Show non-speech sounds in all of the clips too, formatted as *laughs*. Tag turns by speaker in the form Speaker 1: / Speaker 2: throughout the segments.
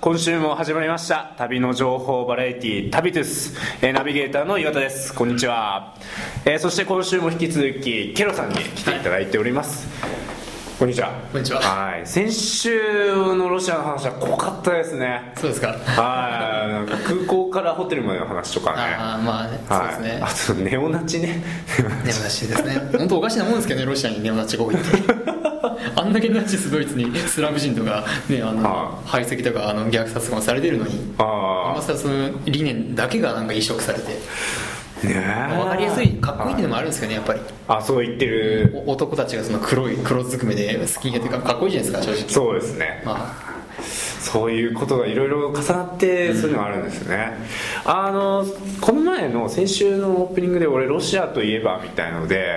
Speaker 1: 今週も始まりました旅の情報バラエティ旅トゥス、えーナビゲーターの岩田ですこんにちは、えーそして今週も引き続きケロさんに来ていただいております、こんにちは
Speaker 2: こんにちはい
Speaker 1: 先週のロシアの話は濃かったですね
Speaker 2: そうですか。
Speaker 1: はいなんか空港からホテルまでの話とかね
Speaker 2: ああ、まあね、
Speaker 1: はい
Speaker 2: そうです
Speaker 1: あと
Speaker 2: ね。
Speaker 1: ネオナチね *laughs*
Speaker 2: ネオナチですね。本当おかしなもんですけどね、ロシアにネオナチが多いって。 *laughs* あんだけナチスドイツにスラム人とか、ね、あの、
Speaker 1: は
Speaker 2: 排斥とかあの虐殺とかもされてるのに、
Speaker 1: あ
Speaker 2: まさらその理念だけがなんか移植されて、
Speaker 1: あねえ
Speaker 2: わかりやすい、かっこいいっていうのもあるんですけどね、やっぱり。
Speaker 1: あそう言ってる
Speaker 2: お男たちがその黒い、黒ずくめでスキンヘッドというか、かっこいいじゃないですか、正直。
Speaker 1: そうですね
Speaker 2: まあ、
Speaker 1: そういうことがいろいろ重なってそういうのがあるんですよね、あのこの前の先週のオープニングで俺ロシアといえばみたいので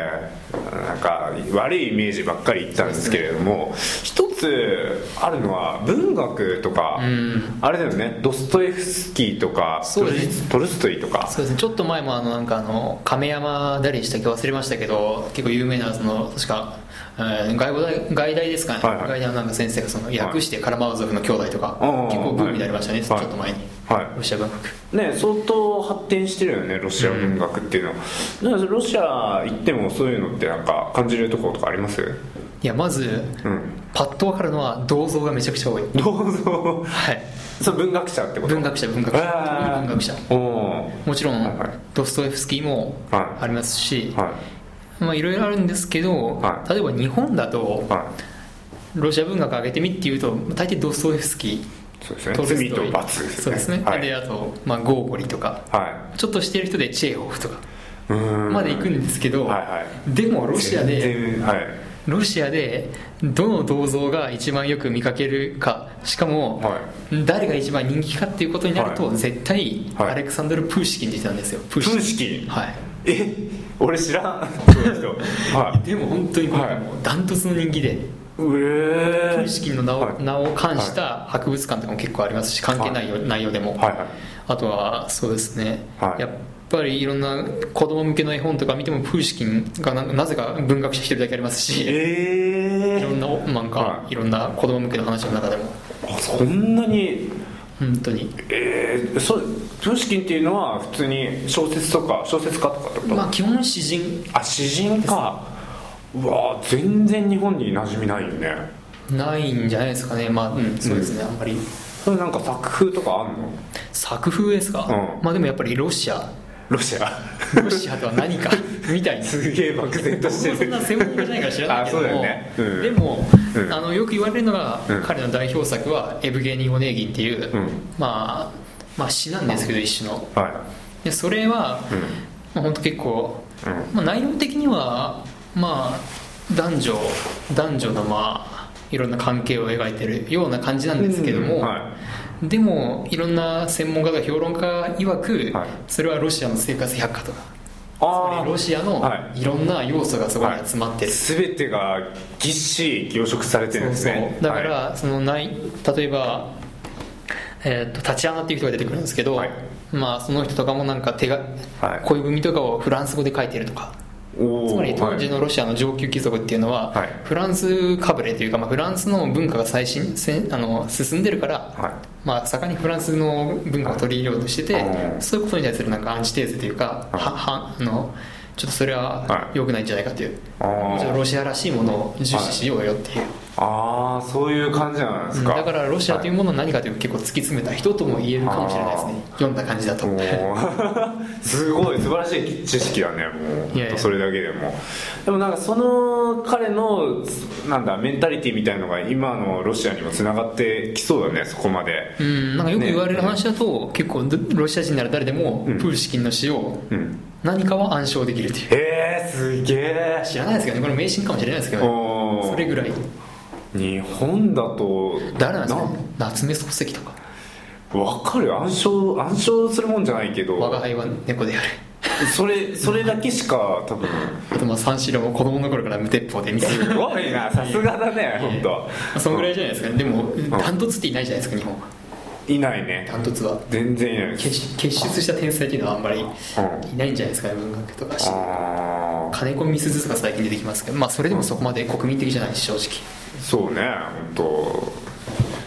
Speaker 1: なんか悪いイメージばっかり言ったんですけれども、一つあるのは文学とか、
Speaker 2: ん
Speaker 1: あれだよねドストエフスキーとか
Speaker 2: そ
Speaker 1: ト
Speaker 2: う
Speaker 1: ル
Speaker 2: ですね
Speaker 1: トルストイとか
Speaker 2: そうですね、ちょっと前もあのなんかあの亀山誰でしたっけ忘れましたけど結構有名なその確か、えー外語大外大ですかね、
Speaker 1: はいはい
Speaker 2: 外大のなんか先生がその訳してカラマウゾフの兄弟とか、
Speaker 1: うんうんうん
Speaker 2: 結構ブームになりましたね、
Speaker 1: はい
Speaker 2: ちょっと前に、
Speaker 1: はい
Speaker 2: ロシア文学
Speaker 1: ね、相当発展してるよねロシア文学っていうのは、だからロシア行ってもそういうのってなんか感じるところとかあります
Speaker 2: いやまず、
Speaker 1: うん
Speaker 2: パッと分かるのは銅像がめちゃくちゃ多い
Speaker 1: どうぞ
Speaker 2: はい
Speaker 1: そう文学者ってこと
Speaker 2: 文学者文学者特に
Speaker 1: あー
Speaker 2: 文学者
Speaker 1: おお
Speaker 2: もちろん、
Speaker 1: はいはい
Speaker 2: ドストエフスキーも
Speaker 1: はい
Speaker 2: ありますし、
Speaker 1: はい
Speaker 2: まあいろいろあるんですけど、
Speaker 1: はい
Speaker 2: 例えば日本だと
Speaker 1: は
Speaker 2: ロシア文学上げてみっていうと大抵ドストエフスキー
Speaker 1: いそうですね
Speaker 2: トルストイ
Speaker 1: 罪と罰ですね
Speaker 2: そうですね、
Speaker 1: はい、
Speaker 2: であと、まあ、ゴーゴリとか
Speaker 1: は
Speaker 2: ちょっとしてる人でチェーホフとか
Speaker 1: い、うーん
Speaker 2: まで行くんですけど、
Speaker 1: はいは
Speaker 2: でもロシアで
Speaker 1: 全然はい
Speaker 2: ロシアでどの銅像が一番よく見かけるかしかも、
Speaker 1: は
Speaker 2: 誰が一番人気かっていうことになると、
Speaker 1: は
Speaker 2: 絶対
Speaker 1: はい
Speaker 2: アレクサンドル・プーシキンって言ってたんですよプ
Speaker 1: プーシキン
Speaker 2: はい
Speaker 1: え俺知らんそういう人
Speaker 2: *laughs*
Speaker 1: は
Speaker 2: でも本当に今回もダントツの人気で、
Speaker 1: いえ
Speaker 2: プーシキンの名を,、
Speaker 1: はい
Speaker 2: 名を冠した博物館とかも結構ありますし関係ないよ、内容でも、
Speaker 1: はいはい
Speaker 2: あとはそうですね、
Speaker 1: はい
Speaker 2: やっぱりいろんな子供向けの絵本とか見てもプーシキンがななぜか文学者一人だけありますし
Speaker 1: え
Speaker 2: いろん
Speaker 1: ー、
Speaker 2: ななんか、
Speaker 1: はい
Speaker 2: い、ろんな子供向けの話の中でも
Speaker 1: あそんなに
Speaker 2: 本当に
Speaker 1: えー、そうプーシキンっていうのは普通に小説とか小説家とかってこと、
Speaker 2: まあ基本詩人
Speaker 1: あ詩人かうわー全然日本に馴染みないよね
Speaker 2: ないんじゃないですかねまあ、うん、そうですね、あんまり
Speaker 1: それなんか作風とかあんの
Speaker 2: 作風ですか、
Speaker 1: うん
Speaker 2: まあでもやっぱりロシア
Speaker 1: ロシア
Speaker 2: ロシアとは何 *laughs* かみたいな
Speaker 1: すげえ漠然として
Speaker 2: そん
Speaker 1: る
Speaker 2: な専門家じゃないから知らないけど
Speaker 1: あそう
Speaker 2: も
Speaker 1: だよねうん
Speaker 2: でも、
Speaker 1: うん
Speaker 2: あのよく言われるのが、
Speaker 1: うん
Speaker 2: 彼の代表作は「エブゲニー・オネーギン」っていう、
Speaker 1: うん
Speaker 2: まあ、まあ詩なんですけど一種の
Speaker 1: は
Speaker 2: でそれは、
Speaker 1: いうん
Speaker 2: まあ、本当結構、
Speaker 1: うん
Speaker 2: まあ、内容的にはまあ男女男女のまあいろんな関係を描いてるような感じなんですけども、
Speaker 1: うんは
Speaker 2: でもいろんな専門家とか評論家曰く、
Speaker 1: はい
Speaker 2: それはロシアの生活百科とかつ
Speaker 1: あ
Speaker 2: まりロシアの
Speaker 1: はい
Speaker 2: いろんな要素がそこに集まってる、
Speaker 1: すべてがぎっしり凝縮されてるんですね
Speaker 2: だから、
Speaker 1: は
Speaker 2: そのない例えば、えー、とタチアナっていう人が出てくるんですけど、
Speaker 1: はい
Speaker 2: まあ、その人とかもなんか手が、
Speaker 1: はい
Speaker 2: 恋文とかをフランス語で書いてるとか
Speaker 1: いおー
Speaker 2: つまり当時
Speaker 1: は
Speaker 2: のロシアの上級貴族っていうのは、
Speaker 1: はい
Speaker 2: フランスかぶれというか、まあ、フランスの文化が最新せんあの進んでるから、
Speaker 1: は
Speaker 2: まあ、盛んにフランスの文化を取り入れようとしてて、
Speaker 1: うん
Speaker 2: そういうことに対するなんかアンチテーゼというか、ははあのちょっとそれ
Speaker 1: は
Speaker 2: はい良くないんじゃないかという、
Speaker 1: あー
Speaker 2: もちろんロシアらしいものを重視しようよっていう、
Speaker 1: ああそういう感じなんで
Speaker 2: う
Speaker 1: す
Speaker 2: ん
Speaker 1: か、
Speaker 2: だからロシアというものを何かというと結構突き詰めた人とも言えるかもしれないですね読んだ感じだと
Speaker 1: おー *laughs* すごい素晴らしい知識だねもう
Speaker 2: いやいや
Speaker 1: それだけでもでもなんかその彼のなんだメンタリティみたいのが今のロシアにもつながってきそうだねそこまで
Speaker 2: うん、なんかよく言われる話だと、結構ロシア人なら誰でも
Speaker 1: うん
Speaker 2: プーシキンの詩を
Speaker 1: うん
Speaker 2: 何かは暗唱できるという
Speaker 1: へえすげえ
Speaker 2: 知らないですけどねこれ迷信かもしれないですけどね
Speaker 1: おー
Speaker 2: それぐらい
Speaker 1: 日本だと
Speaker 2: 誰なんですかね夏目漱石とか
Speaker 1: なわかる暗唱暗唱するもんじゃないけ
Speaker 2: 我が
Speaker 1: ど
Speaker 2: 輩は猫である
Speaker 1: それそれだけしか多分
Speaker 2: あとまあ三四郎も子供の頃から無鉄砲でみたい *laughs*
Speaker 1: す
Speaker 2: な
Speaker 1: ごいなさすがだね本当
Speaker 2: そんぐらいじゃないですかねでもダントツっていないじゃないですか日本はい
Speaker 1: ないね
Speaker 2: ダントツは
Speaker 1: 全然いないです
Speaker 2: 結結出した天才っていうのはあんまり
Speaker 1: ん
Speaker 2: いないんじゃないですかね文学とかし
Speaker 1: ああ
Speaker 2: 金子みすずとか最近出てきますけどまあそれでもそこまで国民的じゃないし正直
Speaker 1: そうね本当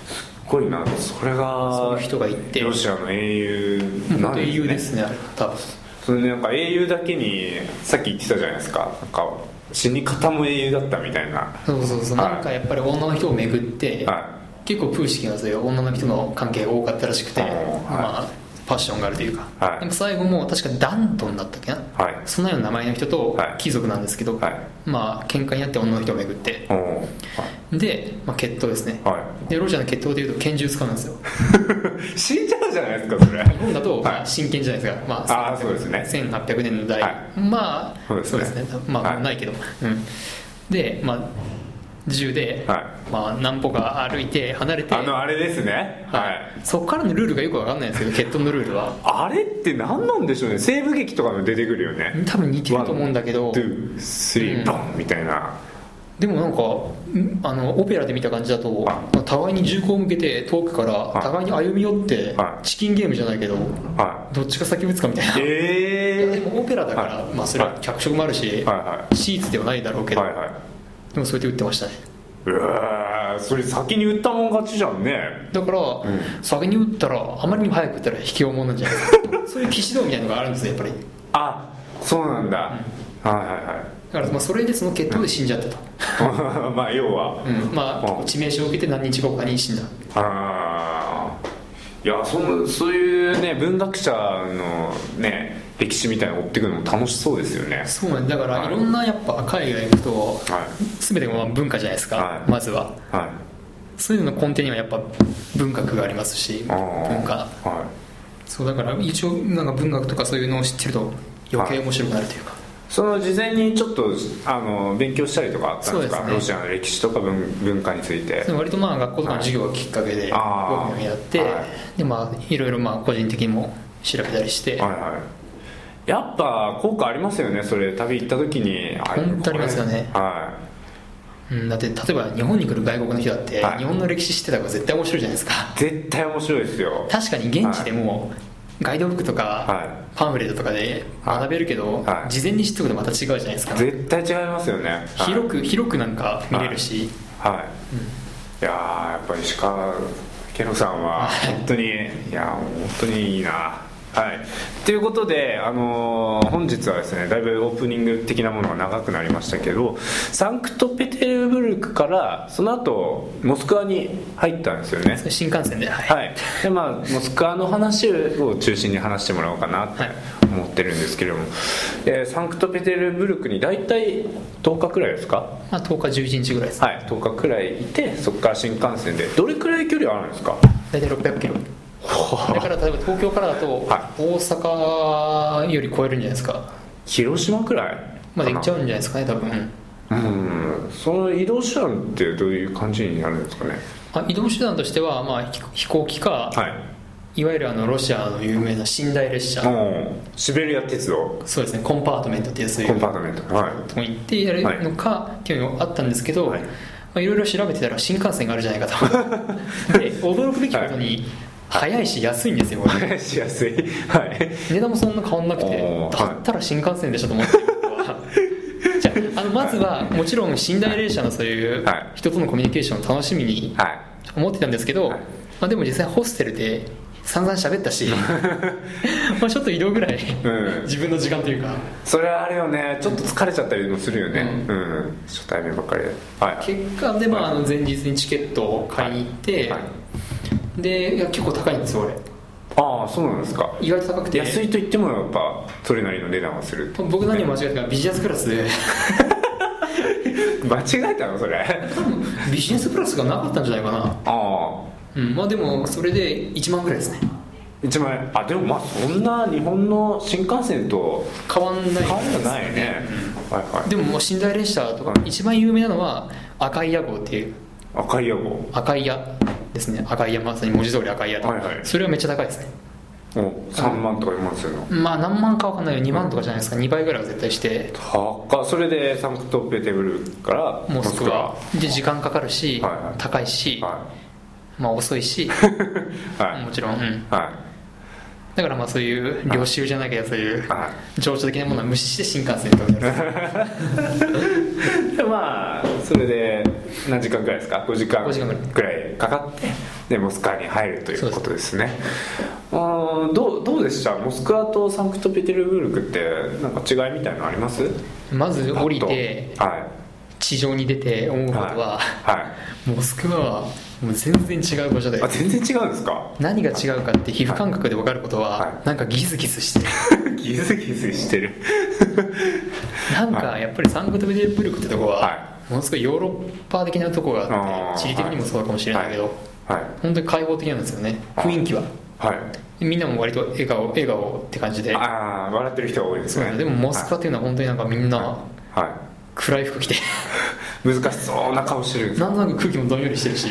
Speaker 1: すっごいなそれが
Speaker 2: そういう人がいて
Speaker 1: ロシアの英雄
Speaker 2: もう
Speaker 1: な
Speaker 2: 本
Speaker 1: ん
Speaker 2: 当英雄です
Speaker 1: ね
Speaker 2: ねあれ多分
Speaker 1: それでなんか英雄だけにさっき言ってたじゃないですかなんか死に方も英雄だったみたいな
Speaker 2: そうそうそう、
Speaker 1: はい
Speaker 2: なんかやっぱり女の人を巡って、
Speaker 1: は
Speaker 2: 結構プーシキンはそういう女の人の関係が多かったらしくて、
Speaker 1: あーはい
Speaker 2: まあパッションがあるというか、
Speaker 1: はい
Speaker 2: なんか最後も確かダントンだったっけな、
Speaker 1: はい
Speaker 2: そんなような名前の人と
Speaker 1: はい
Speaker 2: 貴族なんですけど、
Speaker 1: はい
Speaker 2: まあ喧嘩になって女の人を巡って
Speaker 1: おー
Speaker 2: で、まあ、決闘ですね、
Speaker 1: は
Speaker 2: でロシアの決闘でいうと拳銃使うんですよ
Speaker 1: い *laughs* 死んじゃうじゃないですかそれ
Speaker 2: 日本だと、
Speaker 1: はい
Speaker 2: 真剣じゃないですか、ま
Speaker 1: あーそうですね
Speaker 2: 1800年代、
Speaker 1: はい
Speaker 2: まあ
Speaker 1: そうですね
Speaker 2: まあ、
Speaker 1: はい
Speaker 2: ないけど、うん、で、まあ、銃で、
Speaker 1: は
Speaker 2: まあ、何歩か歩いて離れて
Speaker 1: あのあれですね
Speaker 2: は
Speaker 1: はいい
Speaker 2: そこからのルールがよく分かんないんですけど決闘のルールは
Speaker 1: あれって何なんでしょうね西部劇とかも出てくるよね
Speaker 2: 多分似てると思うんだけどう
Speaker 1: 1,2,3
Speaker 2: ん
Speaker 1: ボンみたいな
Speaker 2: でもなんかんあのオペラで見た感じだと互いに銃口を向けて遠くから
Speaker 1: い
Speaker 2: 互いに歩み寄って
Speaker 1: はい
Speaker 2: チキンゲームじゃないけど
Speaker 1: は
Speaker 2: どっちが先打つかみたいないいやで
Speaker 1: え
Speaker 2: もオペラだから、
Speaker 1: はい
Speaker 2: まあ、それは脚色もあるし、
Speaker 1: ー、はいは
Speaker 2: シーツではないだろうけ
Speaker 1: い
Speaker 2: ど、
Speaker 1: はいはい
Speaker 2: でもそうやって打ってましたね
Speaker 1: うわーそれ先に売ったもん勝ちじゃんね
Speaker 2: だから、先に打ったらあまりにも早く打ったら引きもんなんじゃないですかそういう騎士道みたいなのがあるんですよやっぱり
Speaker 1: あそうなんだ、はいは
Speaker 2: だからまあそれでその決闘で死んじゃったと、
Speaker 1: いはい *laughs* まあ要は、
Speaker 2: うんまあ
Speaker 1: うん
Speaker 2: 致命傷を受けて何日後かに死んだ
Speaker 1: あーいやそのそういうね文学者のね歴史みたいなの追っていくのも楽しそうですよね
Speaker 2: そうなんだだか
Speaker 1: は
Speaker 2: ら
Speaker 1: い
Speaker 2: いろんなやっぱ海外行くと
Speaker 1: は
Speaker 2: 全てがまあ文化じゃないですか、
Speaker 1: はい
Speaker 2: まずはい
Speaker 1: はい
Speaker 2: そういうのの根底にはやっぱ文学がありますし
Speaker 1: あー
Speaker 2: 文化
Speaker 1: はい
Speaker 2: そうだから一応なんか文学とかそういうのを知ってると余計面白くなるというか、
Speaker 1: その事前にちょっとあの勉強したりとかあったんですか
Speaker 2: そうですね
Speaker 1: ロシアの歴史とか文文化について
Speaker 2: 割とまあ学校とかの授業がきっかけで僕
Speaker 1: あー
Speaker 2: もやって、、
Speaker 1: はい
Speaker 2: でまあいろいろまあ個人的にも調べたりして、
Speaker 1: はいはいやっぱ効果ありますよねそれ旅行った時にあ
Speaker 2: 本当ありますよね
Speaker 1: これは
Speaker 2: うん、だって例えば日本に来る外国の人だって、
Speaker 1: はい
Speaker 2: 日本の歴史知ってた方が絶対面白いじゃないですか
Speaker 1: い絶対面白いですよ
Speaker 2: 確かに現地でもガイドブックとか、
Speaker 1: は
Speaker 2: パンフレットとかで学べるけど、
Speaker 1: はい
Speaker 2: 事前に知っておくとまた違うじゃないですか、
Speaker 1: 絶対違いますよねはい
Speaker 2: 広く広くなんか見れるし、
Speaker 1: はい、いやーやっぱり石川ケロさんは本当に、い、やー本当にいいなはいということで、あのー本日はですねだいぶオープニング的なものが長くなりましたけどサンクトペテルブルクからその後モスクワに入ったんですよね
Speaker 2: 新幹線で、はい
Speaker 1: はい、でまあモスクワの話を中心に話してもらおうかなって思ってるんですけれども、えーサンクトペテルブルクに大体10日くらいですか
Speaker 2: まあ、10日11日ぐらいです、
Speaker 1: はい、10日くらいいてそこから新幹線でどれくらい距離あるんですか
Speaker 2: 大体600キロだから例えば東京からだと
Speaker 1: は
Speaker 2: 大阪より超えるんじゃないですか
Speaker 1: *laughs* 広島くらい
Speaker 2: まで行っちゃ
Speaker 1: ゃ
Speaker 2: うんじゃないですかね多分
Speaker 1: うんその移動手段ってどういう感じになるんですかね
Speaker 2: あ移動手段としては、まあ、飛飛行機か、
Speaker 1: はい
Speaker 2: い、わゆるあのロシアの有名な寝台列車、
Speaker 1: もうシベリア鉄道
Speaker 2: そうですねコンパートメントってやつ
Speaker 1: コンパートメント *laughs* はい
Speaker 2: とこに行ってやるのか、っていうのがあったんですけど、
Speaker 1: はい
Speaker 2: まあ、いろいろ調べてたら新幹線があるじゃないかとで驚くべきことに、早いし安いんですよこれ
Speaker 1: 返しやすいはい
Speaker 2: 値段もそんな変わんなく
Speaker 1: お
Speaker 2: て
Speaker 1: ー
Speaker 2: だ
Speaker 1: はい
Speaker 2: ったら新幹線でしょと思ってる僕はじゃああのまずはもちろん寝台列車のそういう
Speaker 1: はい
Speaker 2: 人とのコミュニケーションを楽しみに
Speaker 1: はい
Speaker 2: 思ってたんですけど、
Speaker 1: はい
Speaker 2: まあ、でも実際ホステルで散々喋っ
Speaker 1: *laughs*
Speaker 2: たしまあちょっと移動ぐらい、
Speaker 1: うん
Speaker 2: 自分の時間というか
Speaker 1: それはあれよねちょっと疲れちゃったりもするよねう、
Speaker 2: うん
Speaker 1: 初対面ばっかりではい
Speaker 2: 結果でまああの前日にチケットを買いに行って、
Speaker 1: はいは
Speaker 2: でいや結構高いんですよ俺
Speaker 1: ああそうなんですか
Speaker 2: 意外と高くて
Speaker 1: 安いと言ってもやっぱそれなりの値段はする
Speaker 2: 僕何を間違えたかビジネスクラ
Speaker 1: *laughs*
Speaker 2: スで
Speaker 1: 間違えたのそれ *laughs* あ
Speaker 2: ビジネスクラスがなかったんじゃないかな
Speaker 1: あ
Speaker 2: うん、まあでもそれで1万ぐらいですね
Speaker 1: 1万円あでもまあそんな日本の新幹線と
Speaker 2: 変わんない
Speaker 1: 変わりはないよね、はいはい
Speaker 2: でももう寝台列車とか
Speaker 1: はい
Speaker 2: 一番有名なのは赤い屋号っていう
Speaker 1: 赤い屋号
Speaker 2: 赤い屋ですね赤い屋まさに文字通り赤い屋で、
Speaker 1: はいはい
Speaker 2: それはめっちゃ高いですね
Speaker 1: お3万とか4万するの
Speaker 2: まあ何万かわかんないよ2万とかじゃないですか2倍ぐらいは絶対して
Speaker 1: 高っそれでサンクトペテブルクから
Speaker 2: モスクワで時間かかるし、
Speaker 1: はいはい
Speaker 2: 高いし、
Speaker 1: は
Speaker 2: まあ遅
Speaker 1: *laughs*
Speaker 2: いし
Speaker 1: いはい
Speaker 2: もちろん、うん
Speaker 1: は
Speaker 2: だからまあそういう領収じゃなきゃそういう
Speaker 1: いは
Speaker 2: 情緒的なものは無視して新幹線とかや
Speaker 1: *laughs*
Speaker 2: る
Speaker 1: いでまあそれで何時間くらいですか5時間
Speaker 2: 5時間ぐらい
Speaker 1: くらいかかってでモスクワに入るということですねあーどうどうでしたモスクワとサンクトペテルブルクってなんか違いみたいのあります
Speaker 2: まず降りて
Speaker 1: パッとはい
Speaker 2: 地上に出て思うことは、
Speaker 1: はい、はい
Speaker 2: モスクワはもう全然違う場所で
Speaker 1: あ全然違うんですか *laughs*
Speaker 2: 何が違うかって皮膚感覚で分かることは、
Speaker 1: はい
Speaker 2: なんかギスギスしてる
Speaker 1: ギスギスしてる
Speaker 2: なんかやっぱりサンクトペテルブルクってとこは、
Speaker 1: は
Speaker 2: ものすごいヨーロッパ的なとこがあ
Speaker 1: あー
Speaker 2: って地理的にもそうかもしれないけど、
Speaker 1: はい
Speaker 2: 本当に開放的なんですよね雰囲気は
Speaker 1: はい
Speaker 2: みんなも割と笑顔笑顔って感じで
Speaker 1: ああ笑ってる人が多いです
Speaker 2: そう
Speaker 1: ね
Speaker 2: でもモスクワっていうのは本当になんかみんな
Speaker 1: はい、は
Speaker 2: 暗い服着て
Speaker 1: い、難しそうな顔してるんです
Speaker 2: なんとなく空気もどんよりしてるし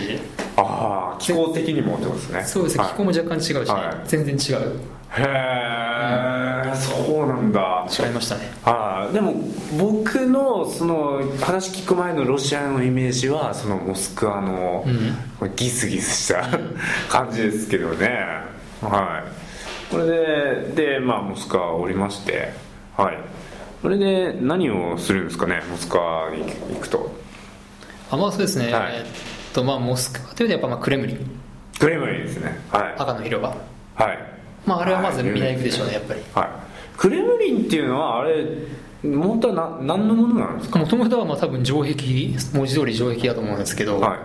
Speaker 1: ああ気候的にもってことですね
Speaker 2: そうですね
Speaker 1: はい
Speaker 2: 気候も若干違うし、
Speaker 1: はい
Speaker 2: 全然違う
Speaker 1: へえ、そうなんだ
Speaker 2: 違いましたね
Speaker 1: ああでも僕のその話聞く前のロシアのイメージはそのモスクワの
Speaker 2: うん
Speaker 1: ギスギスした感じですけどねはいこれででまあモスクワを降りましてはいそれで何をするんですかねモスクワに行くと
Speaker 2: あまあそうですね、
Speaker 1: はい
Speaker 2: えっとまあモスクワというとやっぱまあクレムリン
Speaker 1: クレムリンですねは
Speaker 2: 赤の広場
Speaker 1: いはい
Speaker 2: まああれはまず
Speaker 1: はい
Speaker 2: みんな行くでしょうねやっぱり
Speaker 1: はいクレムリンっていうのはあれ本当はな何のものなんです
Speaker 2: もともとはまあ多分城壁文字通り城壁だと思うんですけど、
Speaker 1: かはい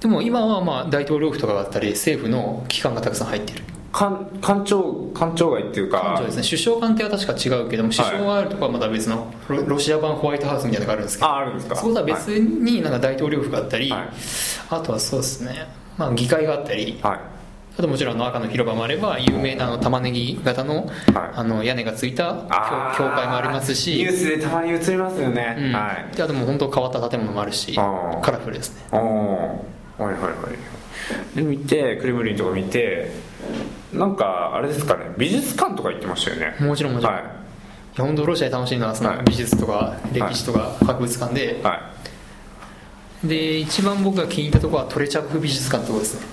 Speaker 2: でも今はまあ大統領府とかがあったり政府の機関がたくさん入ってる
Speaker 1: 官官庁官庁街っていうか
Speaker 2: そうですね首相官邸は確か違うけども首相があるとこはまた別のロロシア版ホワイトハウスみたいなのがあるんですけど
Speaker 1: ああるんですか
Speaker 2: そことは別になんか大統領府があったり、
Speaker 1: はい
Speaker 2: あとはそうですね、まあ、議会があったり
Speaker 1: はい、はい
Speaker 2: あともちろんあの赤の広場もあれば有名なあの玉ねぎ型の,、あの屋根がついた
Speaker 1: あー
Speaker 2: 教教会もありますし
Speaker 1: ニュースでたまに映りますよね、
Speaker 2: うん
Speaker 1: はい
Speaker 2: であともう本当変わった建物もあるし
Speaker 1: あー
Speaker 2: カラフルですね
Speaker 1: おおはいはいはいで見てクレムリンとか見てなんかあれですかね美術館とか行ってましたよね
Speaker 2: もちろんもちろん、
Speaker 1: はい
Speaker 2: いや本当ロシアで楽しいのはそ
Speaker 1: は
Speaker 2: の
Speaker 1: い
Speaker 2: 美術とか歴史とか博物館で、
Speaker 1: はい
Speaker 2: で一番僕が気に入ったところはトレチャコフ美術館のところですね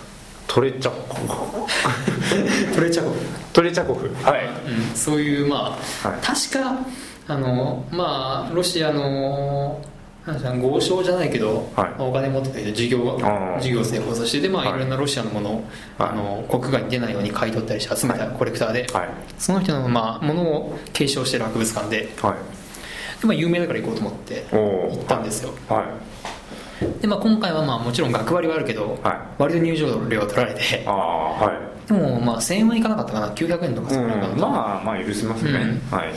Speaker 1: トレチャコフ
Speaker 2: トレチャコフ
Speaker 1: トレチャコフはい
Speaker 2: うん、そういうまあ、
Speaker 1: はい
Speaker 2: 確かあのまあロシアのなんていうの豪商じゃないけど、
Speaker 1: はい
Speaker 2: まあお金持ってて事業
Speaker 1: あー
Speaker 2: 事業成功させてでまあ、
Speaker 1: はい
Speaker 2: い、ろんなロシアのものを、
Speaker 1: はい
Speaker 2: あの国外に出ないように買い取ったりして集めたコレクターで、
Speaker 1: はい
Speaker 2: その人のまあものを継承してる博物館でで、
Speaker 1: は
Speaker 2: まあ、有名だから行こうと思って
Speaker 1: いお
Speaker 2: 行っ
Speaker 1: お
Speaker 2: たんですよ
Speaker 1: は
Speaker 2: で、まあ、今回はまあもちろん学割はあるけど、
Speaker 1: は
Speaker 2: 割と入場料は取られ
Speaker 1: い
Speaker 2: て
Speaker 1: ああはい
Speaker 2: でもまあ1000円はいかなかったかな900円とかそれらいかな
Speaker 1: うん、まあまあ許せますね、
Speaker 2: う
Speaker 1: はい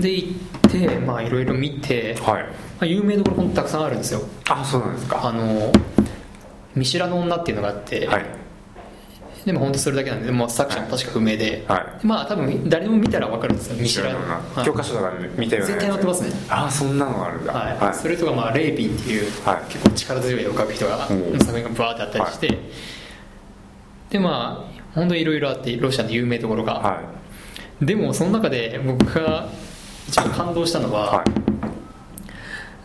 Speaker 2: で行ってまあいろいろ見て、ま
Speaker 1: はい
Speaker 2: あ、有名どころ本当たくさんあるんですよ
Speaker 1: あそうなんですか
Speaker 2: あの見知らぬ女っていうのがあって、
Speaker 1: はい
Speaker 2: でも本当それだけなんで、まあ、作者も確か不明で、
Speaker 1: は
Speaker 2: まあ多分誰でも見たら分かるんですよ見知らぬ、
Speaker 1: な
Speaker 2: はい
Speaker 1: 教科書とか見たよね
Speaker 2: 絶対載ってますね
Speaker 1: ああそんなのあるんだ
Speaker 2: はい
Speaker 1: はい
Speaker 2: それとか、まあ、レイピンっていう、
Speaker 1: はい
Speaker 2: 結構力強い絵を描く人が
Speaker 1: おう
Speaker 2: 作品がバーってあったりして、でまあ本当にいろいろあってロシアの有名どころが、
Speaker 1: はい
Speaker 2: でもその中で僕が一番感動したのは、
Speaker 1: はい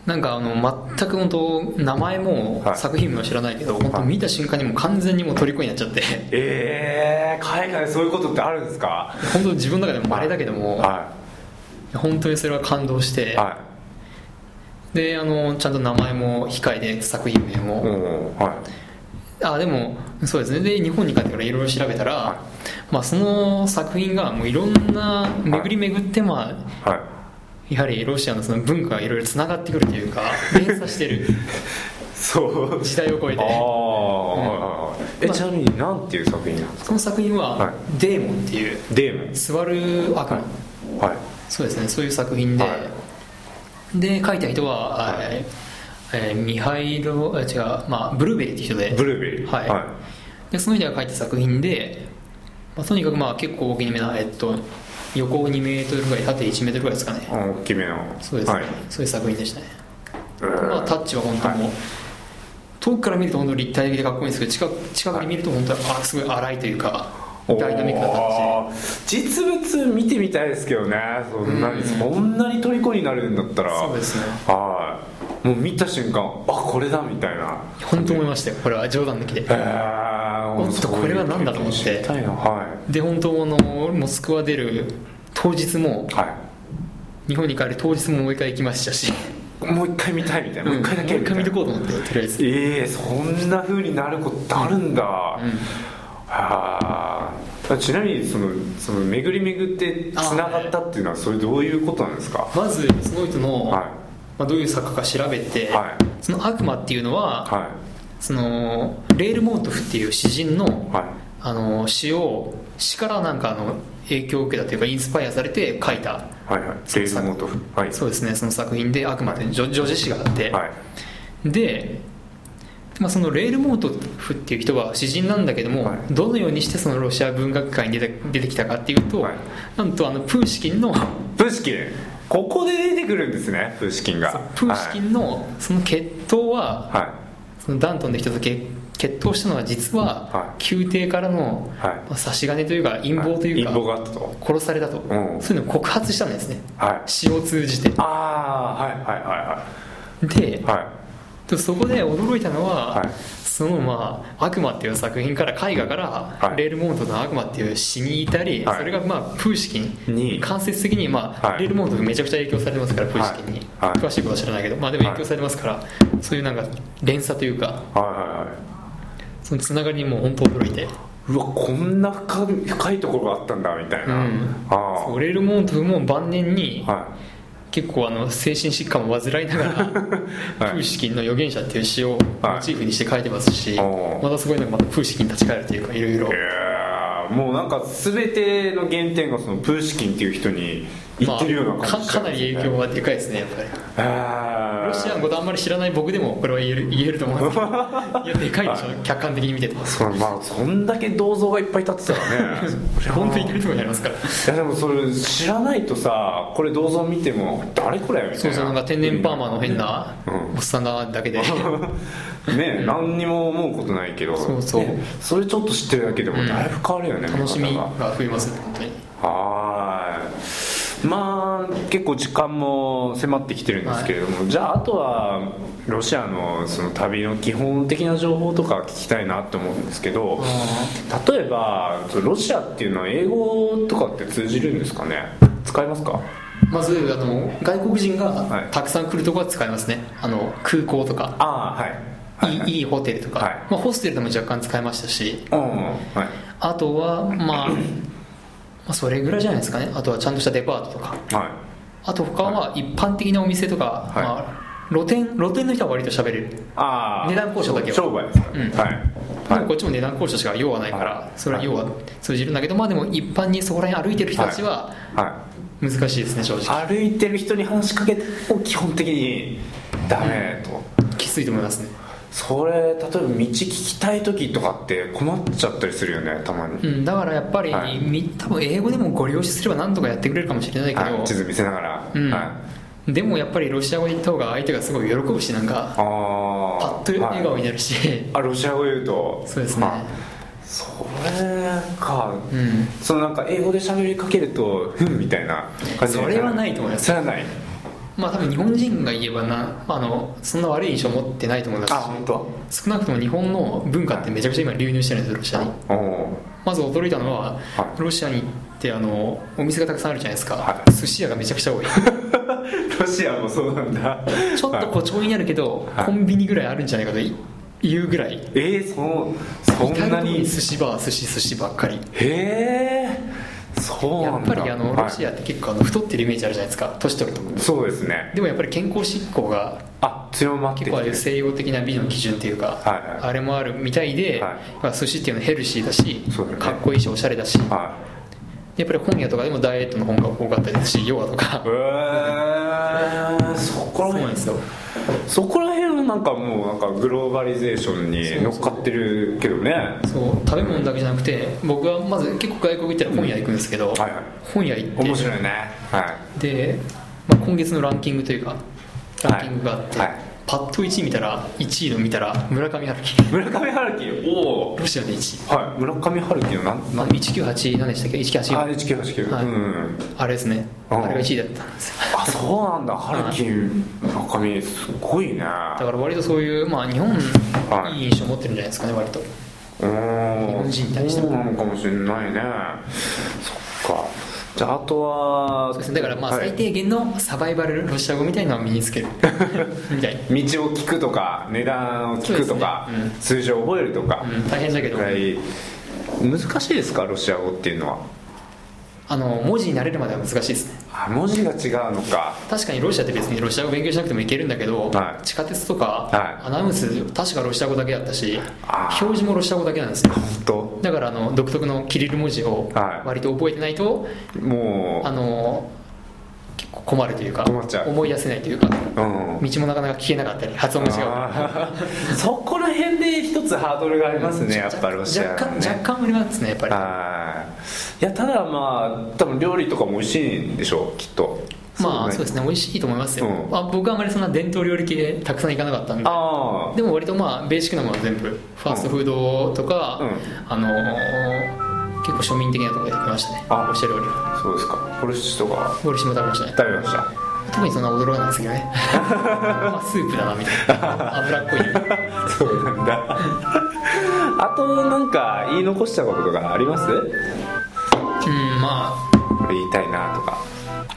Speaker 2: なんかあの全く本当名前も
Speaker 1: はい
Speaker 2: 作品名も知らないけど、本当
Speaker 1: はい
Speaker 2: 見た瞬間にもう完全にもう虜になっちゃって *laughs*
Speaker 1: ええ海外でそういうことってあるんですか
Speaker 2: 本当自分の中でもあれだけども、
Speaker 1: は
Speaker 2: 本当にそれは感動して、
Speaker 1: いは
Speaker 2: であのちゃんと名前も控えて作品名
Speaker 1: い
Speaker 2: も、
Speaker 1: うんはい
Speaker 2: あでもそうですねで日本に帰ってからいろいろ調べたら、
Speaker 1: は
Speaker 2: まあ、その作品がもういろんな巡り巡ってまあ
Speaker 1: はい
Speaker 2: やはりロシアのその文化がいろいろつながってくるというか連鎖してる
Speaker 1: そう
Speaker 2: 時代を超え
Speaker 1: あ *laughs* あ、はいはいはいえ
Speaker 2: てまあ
Speaker 1: ちなみに何ていう作品なんですか
Speaker 2: その作品は、
Speaker 1: はい
Speaker 2: デーモンっていう
Speaker 1: デーモ
Speaker 2: 座る悪魔、
Speaker 1: ンはい
Speaker 2: そうですねそういう作品で、
Speaker 1: は
Speaker 2: で書いた人は、えーえーミハイロあ違う、まあ、ブルーベリーって人で
Speaker 1: ブルーベリー
Speaker 2: はい
Speaker 1: はい
Speaker 2: でその人が書いた作品で、まあ、とにかくまあ結構大きめな、えっと、横2メートルぐらい縦1メートルぐらいですかね
Speaker 1: あ大きめの
Speaker 2: そうですね、
Speaker 1: はい
Speaker 2: そういう作品でしたね、
Speaker 1: えー
Speaker 2: まあ、タッチは本当もう、遠くから見ると本当立体的でかっこいいんですけど近く近くで見ると本当あすごい荒いというかダイナミックなタッチ
Speaker 1: おー実物見てみたいですけどねそんなに、そんなに虜になれるんだったら
Speaker 2: そうですね
Speaker 1: はいもう見た瞬間あこれだみたいな
Speaker 2: 本当思いましたよこれは冗談抜きで
Speaker 1: へえ
Speaker 2: おっとこれは何だと思って
Speaker 1: 知りたいなは
Speaker 2: で本当あのモスクワ出る当日も
Speaker 1: いはい
Speaker 2: 日本に帰る当日ももう一回行きましたし
Speaker 1: もう一回見たいみたいな、 *laughs* もう一回だけ
Speaker 2: もう
Speaker 1: み
Speaker 2: 一
Speaker 1: たい
Speaker 2: 回
Speaker 1: な
Speaker 2: 見とこうと思ってとりあえず
Speaker 1: ええそんな風になることってあるんだ、はあちなみにそのその巡り巡ってつながったっていうのはそれどういうことなんですか
Speaker 2: まずその人の、
Speaker 1: はい
Speaker 2: まあ、どういう作家か調べて、
Speaker 1: はい
Speaker 2: その悪魔っていうのは、
Speaker 1: は
Speaker 2: そのレール・モートフっていう詩人の
Speaker 1: いはい
Speaker 2: あの詩を詩からなんかあの影響を受けたというかインスパイアされて書いた、
Speaker 1: はいはいレールモートフはい
Speaker 2: そうですねその作品で悪魔という女女子詩があって、
Speaker 1: はい
Speaker 2: で、まあ、そのレール・モートフっていう人は詩人なんだけども、
Speaker 1: はい
Speaker 2: どのようにしてそのロシア文学界に出て出てきたかっていうと、
Speaker 1: はい
Speaker 2: なんとあのプーシキンの
Speaker 1: プーシキンここで出てくるんですねプーシキンが
Speaker 2: プーシキンのその血統は、
Speaker 1: はい、は
Speaker 2: そのダントンの人と決決闘したのは実
Speaker 1: は
Speaker 2: は宮廷からの
Speaker 1: はい
Speaker 2: まあ差し金というか陰謀というか
Speaker 1: 陰謀があったと
Speaker 2: 殺されたと
Speaker 1: ん
Speaker 2: そういうのを告発したんですね
Speaker 1: はい
Speaker 2: 詩を通じて
Speaker 1: ああはいはいは
Speaker 2: で
Speaker 1: いはいはい
Speaker 2: でそこで驚いたのは、
Speaker 1: はい
Speaker 2: そのまあ「悪魔」っていう作品から絵画から、
Speaker 1: い
Speaker 2: レールモントの「悪魔」っていう詩に至り、
Speaker 1: はい
Speaker 2: それがまあプーシキン
Speaker 1: に
Speaker 2: 間接的に、まあ
Speaker 1: はい
Speaker 2: レールモントめちゃくちゃ影響されてますからプーシキンに、
Speaker 1: はいはい
Speaker 2: 詳しいことは知らないけど、まあ、でも影響されてますから、そういうなんか連鎖というか
Speaker 1: はいはいはい
Speaker 2: そのつながりにもう本当驚いて。
Speaker 1: うわこんな深い深いところがあったんだみたいな、
Speaker 2: うん
Speaker 1: あ
Speaker 2: そうレールモントフも晩年に
Speaker 1: あは
Speaker 2: 結構あの精神疾患を患いながら
Speaker 1: *laughs*
Speaker 2: 「
Speaker 1: はい
Speaker 2: プーシキンの預言者」っていう詩を
Speaker 1: はい
Speaker 2: モチーフにして書いてますし、
Speaker 1: おー
Speaker 2: またすごいなんかまたプーシキンに立ち返るというかいろいろ
Speaker 1: いいやーもうなんか全ての原点がそのプーシキンっていう人にいってるような感じ
Speaker 2: かかなり影響がでかいですねやっぱり
Speaker 1: 響
Speaker 2: ロシアのことあんまり知らない僕でもこれは言える言えると思うんですけど
Speaker 1: *laughs*
Speaker 2: いやでかいでしょ、客観的に見てて
Speaker 1: そうまあそんだけ銅像がいっぱい立ってたらね
Speaker 2: *laughs* 本当にいけるところにありますから
Speaker 1: いやでもそれ知らないとさこれ銅像見ても誰これみたいな
Speaker 2: そうそうなんか天然パーマの変な
Speaker 1: うん
Speaker 2: おっさんな
Speaker 1: *laughs*
Speaker 2: だけで
Speaker 1: ね何にも思うことないけど
Speaker 2: そうそう
Speaker 1: ねそれちょっと知ってるだけでもだいぶ変わるよね、
Speaker 2: 楽し
Speaker 1: 見
Speaker 2: み
Speaker 1: 方が
Speaker 2: が増えますね本当に
Speaker 1: はーいまあ結構時間も迫ってきてるんですけれども、じゃああとはロシアのその旅の基本的な情報とか聞きたいなと思うんですけど例えばそのロシアっていうのは英語とかって通じるんですかね使いますか
Speaker 2: まずあの外国人
Speaker 1: は
Speaker 2: が
Speaker 1: い
Speaker 2: たくさん来るとこは使いますね、あの空港とか、
Speaker 1: ああはいはい
Speaker 2: い
Speaker 1: はい
Speaker 2: いいいホテルとか、
Speaker 1: はい
Speaker 2: まあ、ホステルでも若干使いましたし
Speaker 1: うんはい
Speaker 2: あとは、まあ、まあそれぐらいじゃないですかねあとはちゃんとしたデパートとか
Speaker 1: はい
Speaker 2: あと他は一般的なお店とか、
Speaker 1: い
Speaker 2: まあ、露店露店の人は割と喋れる、
Speaker 1: ああ
Speaker 2: 値段交渉だけは
Speaker 1: 商売ですから、
Speaker 2: うん
Speaker 1: はい、
Speaker 2: でもこっちも値段交渉しか用はないから、
Speaker 1: はい
Speaker 2: それは用は通じるんだけどまあでも一般にそこら辺歩いてる人たちは
Speaker 1: はい
Speaker 2: 難しいですね正直
Speaker 1: 歩いてる人に話しかけを基本的にダメと、
Speaker 2: きついと思いますね
Speaker 1: それ例えば道聞きたい時とかって困っちゃったりするよねたまに、
Speaker 2: うん、だからやっぱり、
Speaker 1: はい
Speaker 2: み多分英語でもご利用しすれば何とかやってくれるかもしれないけど、
Speaker 1: はい、地図見せながら、
Speaker 2: うん
Speaker 1: はい、
Speaker 2: でもやっぱりロシア語で言った方が相手がすごい喜ぶしなんか
Speaker 1: あ
Speaker 2: パ
Speaker 1: あ
Speaker 2: ッと笑顔
Speaker 1: はい、
Speaker 2: になるし、
Speaker 1: あロシア語言うと
Speaker 2: そうですね
Speaker 1: あそれか、
Speaker 2: うん
Speaker 1: そのなんか英語で喋りかけると「うん」みたいな感じに
Speaker 2: それはないと思います
Speaker 1: それはない
Speaker 2: まあ多分日本人が言えばなあのそんな悪い印象持ってないと思います
Speaker 1: あ
Speaker 2: し
Speaker 1: 本当。
Speaker 2: 少なくとも日本の文化ってめちゃくちゃ今流入してるんですよロシアに
Speaker 1: おお
Speaker 2: まず驚いたのは、
Speaker 1: は
Speaker 2: ロシアに行ってあのお店がたくさんあるじゃないですか、
Speaker 1: はい
Speaker 2: 寿司屋がめちゃくちゃ多い
Speaker 1: ロシアもそうなんだ
Speaker 2: ちょっと誇張になるけど、
Speaker 1: はい
Speaker 2: コンビニぐらいあるんじゃないかと言うぐらい
Speaker 1: えー、そのそんなに
Speaker 2: 至る所寿司バー寿司寿司ばっかり
Speaker 1: へえそう
Speaker 2: や
Speaker 1: な
Speaker 2: っ
Speaker 1: ん
Speaker 2: ぱ
Speaker 1: だ
Speaker 2: りあの
Speaker 1: はい
Speaker 2: ロシアって結構あの太ってるイメージあるじゃないですか年取ると
Speaker 1: そうですね
Speaker 2: でもやっぱり健康志向が
Speaker 1: あ強まってき
Speaker 2: 結構あ
Speaker 1: て
Speaker 2: あいう西洋的な美の基準っていうか、
Speaker 1: はいはい
Speaker 2: あれもあるみたいで、
Speaker 1: はい
Speaker 2: まあ寿司っていうのはヘルシーだし
Speaker 1: そうだよね
Speaker 2: かっこいいしおしゃれだし
Speaker 1: は
Speaker 2: やっぱり本屋とかでもダイエットの本が多かったですしヨガとか
Speaker 1: いえー、そこら
Speaker 2: そうなん
Speaker 1: 辺
Speaker 2: ですよ
Speaker 1: そこら辺はなんかもうなんかグローバリゼーションに乗っかってるけどね
Speaker 2: そう食べ物だけじゃなくて僕はまず結構外国行ったら本屋行くんですけど、
Speaker 1: はいはい
Speaker 2: 本屋行って
Speaker 1: 面白いねは
Speaker 2: で、まあ、今月のランキングというかランキングがあって、
Speaker 1: はいはい
Speaker 2: パッと1位見たら1位の見たら村上春樹
Speaker 1: い村上春樹おお
Speaker 2: ロシアで1位
Speaker 1: はい村上春樹のなん
Speaker 2: まあ198何でしたっけ
Speaker 1: あ
Speaker 2: 1984
Speaker 1: 1989、
Speaker 2: はい
Speaker 1: うん
Speaker 2: あれですね
Speaker 1: うん
Speaker 2: あれが1位だったんですよ
Speaker 1: あそうなんだ春樹村上すごいね
Speaker 2: だから割とそういうまあ日本
Speaker 1: はい
Speaker 2: いい印象持ってるんじゃないですかね割と
Speaker 1: 日
Speaker 2: 日本人に対しても
Speaker 1: そうなのかもしれないねそっかじゃああとは
Speaker 2: そうですねだからまあ
Speaker 1: はい
Speaker 2: 最低限のサバイバルロシア語みたいなのを身につけ
Speaker 1: *laughs*
Speaker 2: るみたいな、
Speaker 1: 道を聞くとか値段を聞くとか、
Speaker 2: そうですねうん
Speaker 1: 数字を覚えるとか、
Speaker 2: うん、大変だけど、
Speaker 1: はい難しいですかロシア語っていうのは
Speaker 2: あの文字に慣れるまでは難しいですね
Speaker 1: あ文字が違うのか
Speaker 2: 確かにロシアって別にロシア語勉強しなくてもいけるんだけど、
Speaker 1: はい
Speaker 2: 地下鉄とか、
Speaker 1: はい
Speaker 2: アナウンス確かロシア語だけだったし
Speaker 1: あー
Speaker 2: 表示もロシア語だけなんですよ
Speaker 1: 本当
Speaker 2: だからあの独特のキリル文字を
Speaker 1: はい
Speaker 2: 割と覚えてないと、
Speaker 1: も
Speaker 2: あの結構困るというか
Speaker 1: 困っちゃう
Speaker 2: 思い出せないというか
Speaker 1: ううん
Speaker 2: 道もなかなか聞けなかったり発音も違うから
Speaker 1: あー *laughs* そこら辺で一つハードルがありますねやっぱロシア
Speaker 2: 若
Speaker 1: は
Speaker 2: 干
Speaker 1: ね
Speaker 2: 若干ありますねやっぱり
Speaker 1: はいいやただまあ多分料理とかも美味しいんでしょうきっと
Speaker 2: まあそ
Speaker 1: ね
Speaker 2: うですね美味しいと思いますよ、
Speaker 1: うん
Speaker 2: まあ、僕はあまりそんな伝統料理系たくさん行かなかったんで
Speaker 1: ああ
Speaker 2: でも割とまあベーシックなものは全部ファーストフードとか、
Speaker 1: うん
Speaker 2: あのー結構庶民的なところで行きましたね
Speaker 1: あ
Speaker 2: ロシア料理は
Speaker 1: そうですかポルシチとか
Speaker 2: ボルシチも食べましたね
Speaker 1: 食べました
Speaker 2: 特にそんな驚かないですけ
Speaker 1: *laughs*
Speaker 2: どねまあスープだなみたいな脂っこい
Speaker 1: そうなんだ *laughs* あとなんか言い残したこととかあります
Speaker 2: うんまあ
Speaker 1: これ言いたいなとか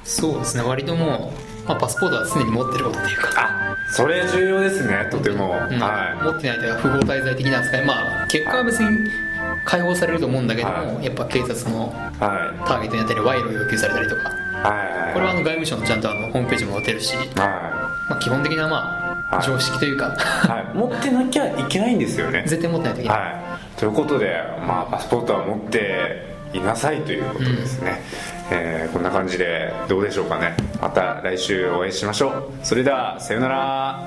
Speaker 2: そうですね割ともう、まあ、パスポートは常に持ってることっていうか
Speaker 1: あそれ重要ですねとても、
Speaker 2: うん
Speaker 1: は
Speaker 2: 持ってないというか不法滞在的な扱いまあ結果は別に解放されると思うんだけども、
Speaker 1: は
Speaker 2: やっぱ警察の
Speaker 1: いはい
Speaker 2: ターゲットになったり賄賂を要求されたりとか
Speaker 1: はい
Speaker 2: これはあの外務省のちゃんとあのホームページも載ってるし、
Speaker 1: は
Speaker 2: まあ、基本的なま
Speaker 1: は
Speaker 2: あ
Speaker 1: い
Speaker 2: 常識というか、 *laughs*
Speaker 1: い、はい、持ってなきゃいけないんですよ *laughs* ね
Speaker 2: 絶対持ってないといけない、
Speaker 1: はいということで、まあ、パスポートは持っていなさいということですね、えーこんな感じでどうでしょうかねまた来週お会いしましょうそれではさようなら